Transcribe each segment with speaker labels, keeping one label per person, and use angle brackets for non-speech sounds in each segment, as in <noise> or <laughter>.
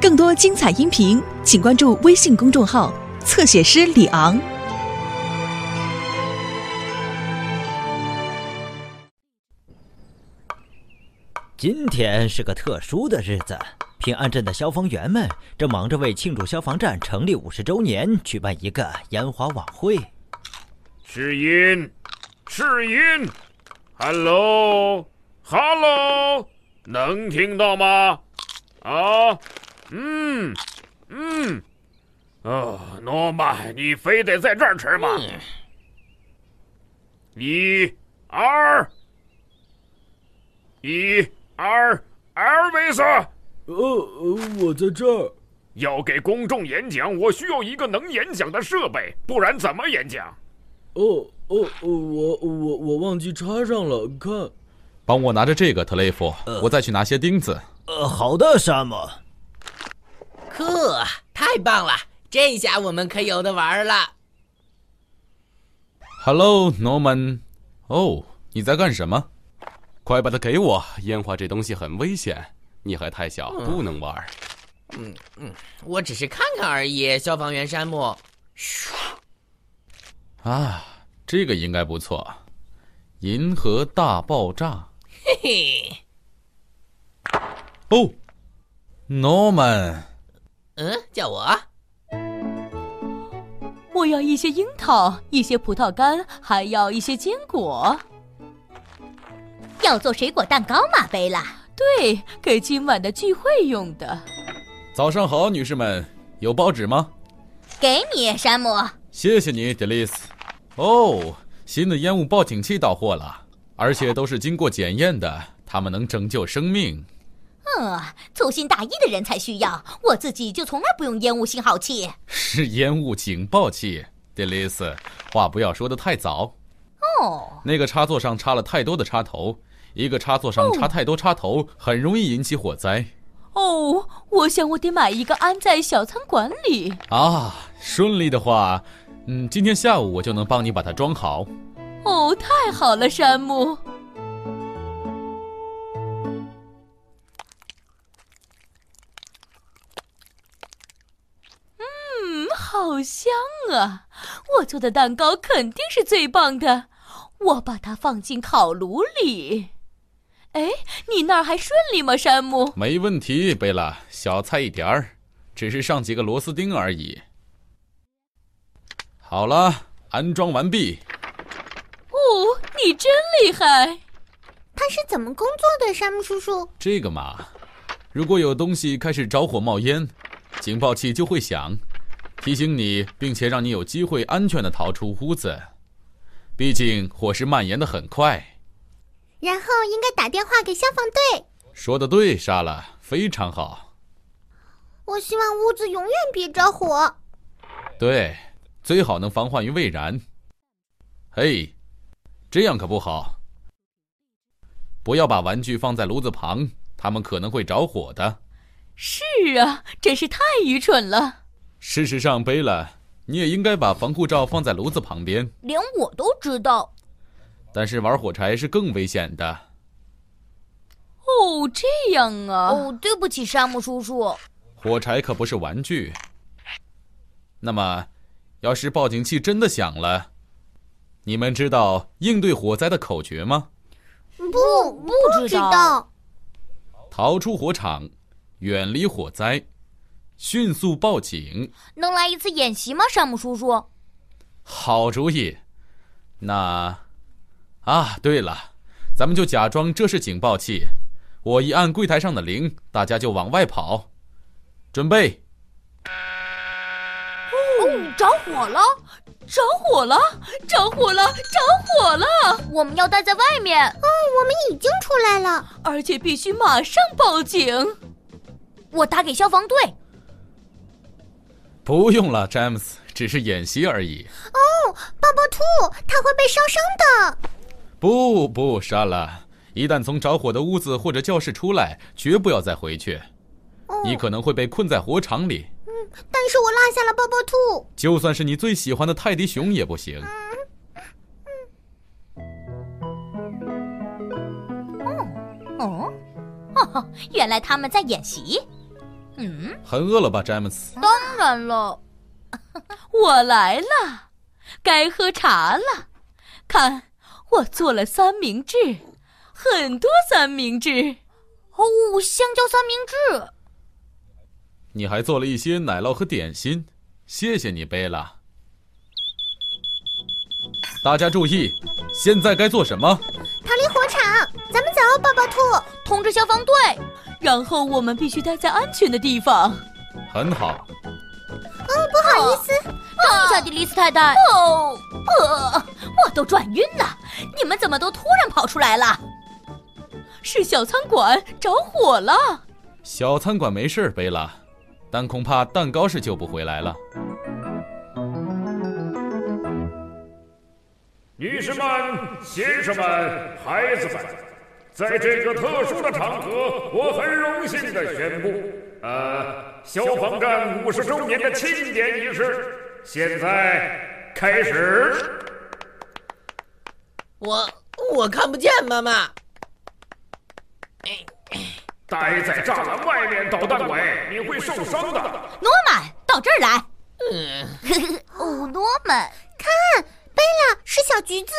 Speaker 1: 更多精彩音频，请关注微信公众号“侧写师李昂”。
Speaker 2: 今天是个特殊的日子，平安镇的消防员们正忙着为庆祝消防站成立五十周年举办一个烟花晚会。
Speaker 3: 是音，是音，Hello，Hello，能听到吗？啊，嗯，嗯，哦，诺曼，你非得在这儿吃吗？一、二、一、二，阿尔维斯，
Speaker 4: 呃，呃我在这儿。
Speaker 3: 要给公众演讲，我需要一个能演讲的设备，不然怎么演讲？
Speaker 4: 哦哦哦，我我我忘记插上了，看。
Speaker 5: 帮我拿着这个，特雷弗，
Speaker 6: 呃
Speaker 5: 我再去拿些钉子。
Speaker 2: 呃，好的，山姆。
Speaker 7: 酷，太棒了！这下我们可有的玩了。
Speaker 5: Hello, Norman。哦，你在干什么？
Speaker 6: 快把它给我！烟花这东西很危险，你还太小，不能玩。
Speaker 7: 嗯嗯，我只是看看而已。消防员山姆，
Speaker 5: 啊，这个应该不错，《银河大爆炸
Speaker 7: 嘿嘿，》
Speaker 5: 哦，Norman。
Speaker 7: 嗯，叫我
Speaker 8: 我要一些樱桃，一些葡萄干，还要一些坚果。
Speaker 9: 要做水果蛋糕吗，贝拉？
Speaker 8: 对，给今晚的聚会用的。
Speaker 5: 早上好，女士们，有报纸吗？
Speaker 9: 给你，山姆。
Speaker 5: 谢谢你，Delis。哦，新的烟雾报警器到货了，而且都是经过检验的，它们能拯救生命。
Speaker 9: 嗯，粗心大意的人才需要，我自己就从来不用烟雾信号器。
Speaker 5: 是烟雾警报器，Delis。话不要说的太早，
Speaker 9: 哦，
Speaker 5: 那个插座上插了太多的插头，一个插座上插太多插头，很容易引起火灾。
Speaker 8: 哦，我想我得买一个安在小餐馆里。
Speaker 5: 啊，顺利的话，嗯，今天下午我就能帮你把它装好。
Speaker 8: 哦，太好了，山姆。嗯，好香啊！我做的蛋糕肯定是最棒的。我把它放进烤炉里。哎，你那儿还顺利吗，山姆？
Speaker 5: 没问题，贝拉，小菜一碟儿，只是上几个螺丝钉而已。好了，安装完毕。
Speaker 8: 哦，你真厉害！
Speaker 9: 他是怎么工作的，山姆叔叔？
Speaker 5: 这个嘛，如果有东西开始着火冒烟，警报器就会响，提醒你，并且让你有机会安全的逃出屋子。毕竟火势蔓延的很快。
Speaker 9: 然后应该打电话给消防队。
Speaker 5: 说的对，莎拉，非常好。
Speaker 9: 我希望屋子永远别着火。
Speaker 5: 对，最好能防患于未然。嘿，这样可不好。不要把玩具放在炉子旁，它们可能会着火的。
Speaker 8: 是啊，真是太愚蠢了。
Speaker 5: 事实上，贝拉，你也应该把防护罩放在炉子旁边。
Speaker 9: 连我都知道。
Speaker 5: 但是玩火柴是更危险的。
Speaker 8: 哦，这样啊。
Speaker 9: 哦，对不起，山姆叔叔。
Speaker 5: 火柴可不是玩具。那么，要是报警器真的响了，你们知道应对火灾的口诀吗？
Speaker 9: 不，不知道。
Speaker 5: 逃出火场，远离火灾，迅速报警。
Speaker 9: 能来一次演习吗，山姆叔叔？
Speaker 5: 好主意。那，啊，对了，咱们就假装这是警报器。我一按柜台上的铃，大家就往外跑。准备，
Speaker 9: 哦，着火了，
Speaker 8: 着火了！着火了！着火了！
Speaker 9: 我们要待在外面。哦，我们已经出来了。
Speaker 8: 而且必须马上报警。
Speaker 9: 我打给消防队。
Speaker 5: 不用了，詹姆斯，只是演习而已。
Speaker 9: 抱抱兔，它会被烧伤的。
Speaker 5: 不不，莎拉，一旦从着火的屋子或者教室出来，绝不要再回去，你可能会被困在火场里。
Speaker 9: 哦但是我落下了抱抱兔。
Speaker 5: 就算是你最喜欢的泰迪熊也不行。
Speaker 9: 哦，哦，哦，原来他们在演习。嗯，
Speaker 5: 很饿了吧，詹姆斯？
Speaker 8: 当然
Speaker 9: <laughs>
Speaker 8: 了，我来了，该喝茶了。看，我做了三明治，很多三明治。
Speaker 9: 哦，香蕉三明治。
Speaker 5: 你还做了一些奶酪和点心，谢谢你，贝拉。大家注意，现在该做什么？
Speaker 9: 逃离火场，啊咱们走，抱抱兔。
Speaker 8: 通知消防队，然后我们必须待在安全的地方。
Speaker 5: 很好，
Speaker 9: 不好意思，
Speaker 8: 等一下，迪丽斯太太，
Speaker 9: 哦，呃，我都转晕了。你们怎么都突然跑出来了？
Speaker 8: 是小餐馆着火了。
Speaker 5: 小餐馆没事儿，贝拉，但恐怕蛋糕是救不回来了。
Speaker 3: 女士们、先生们、孩子们，在这个特殊的场合，我很荣幸地宣布，呃，消防战五十周年的庆典仪式现在开始。
Speaker 7: 我我看不见妈妈。
Speaker 3: 待在栅栏外面，捣蛋鬼，你会受伤的。
Speaker 9: 诺曼，到这儿来。
Speaker 7: 嗯，
Speaker 9: 哦，诺曼，看，贝拉是小橘子。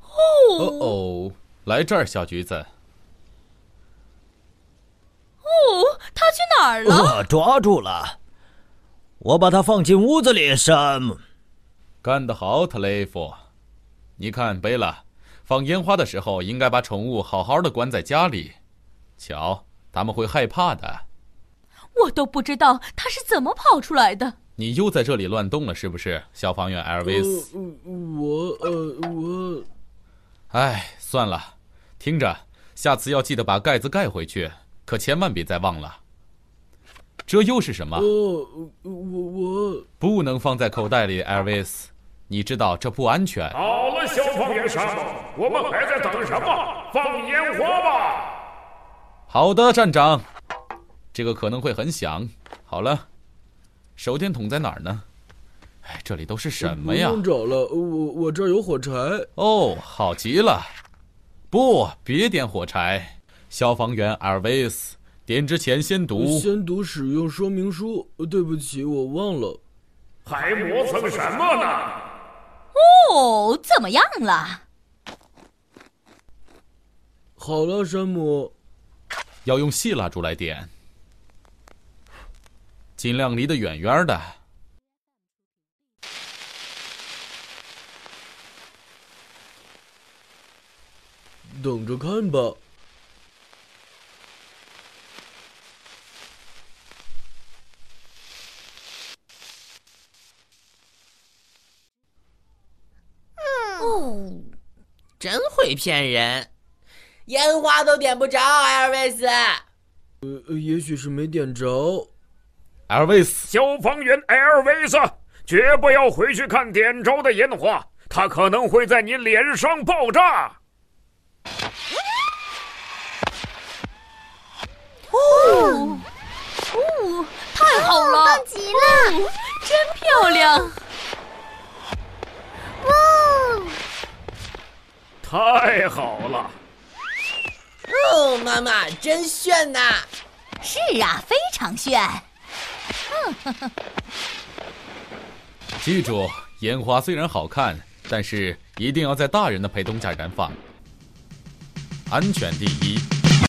Speaker 5: 哦哦，来这儿，小橘子。
Speaker 8: 哦，他去哪儿了？
Speaker 2: 呃，抓住了！我把它放进屋子里，山姆。
Speaker 5: 干得好，特雷弗！你看，贝拉，放烟花的时候应该把宠物好好的关在家里。瞧，他们会害怕的。
Speaker 8: 我都不知道他是怎么跑出来的。
Speaker 5: 你又在这里乱动了，是不是，消防员艾尔维斯？
Speaker 4: 呃我呃我
Speaker 5: 哎，算了，听着，下次要记得把盖子盖回去，可千万别再忘了。这又是什么？
Speaker 4: 哦我我
Speaker 5: 不能放在口袋里，艾尔维斯。你知道这不安全。
Speaker 3: 好了，消防员山姆，我们还在等什么？放烟花吧！
Speaker 5: 好的，站长，这个可能会很响。好了，手电筒在哪儿呢？哎，这里都是什么呀
Speaker 4: 不？用找了，我我这儿有火柴。
Speaker 5: 哦，好极了！不，别点火柴。消防员阿尔维斯，点之前先读。
Speaker 4: 先读使用说明书。呃对不起，我忘了。
Speaker 3: 还磨蹭什么呢？
Speaker 9: 哦，怎么样了？
Speaker 4: 好了，山姆，
Speaker 5: 要用细蜡烛来点，尽量离得远远的。
Speaker 4: 等着看吧。
Speaker 9: 哦，
Speaker 7: 真会骗人，烟花都点不着，艾尔维斯。
Speaker 4: 呃，也许是没点着。
Speaker 5: 阿尔维斯，
Speaker 3: 消防员艾尔维斯，绝不要回去看点着的烟花，它可能会在你脸上爆炸。
Speaker 8: 哦，太好了，棒极了，真漂亮。
Speaker 3: 太好了，
Speaker 7: 哦，妈妈真炫呐、
Speaker 9: 是啊，非常炫。
Speaker 5: 记住，烟花虽然好看，但是一定要在大人的陪同下燃放，安全第一。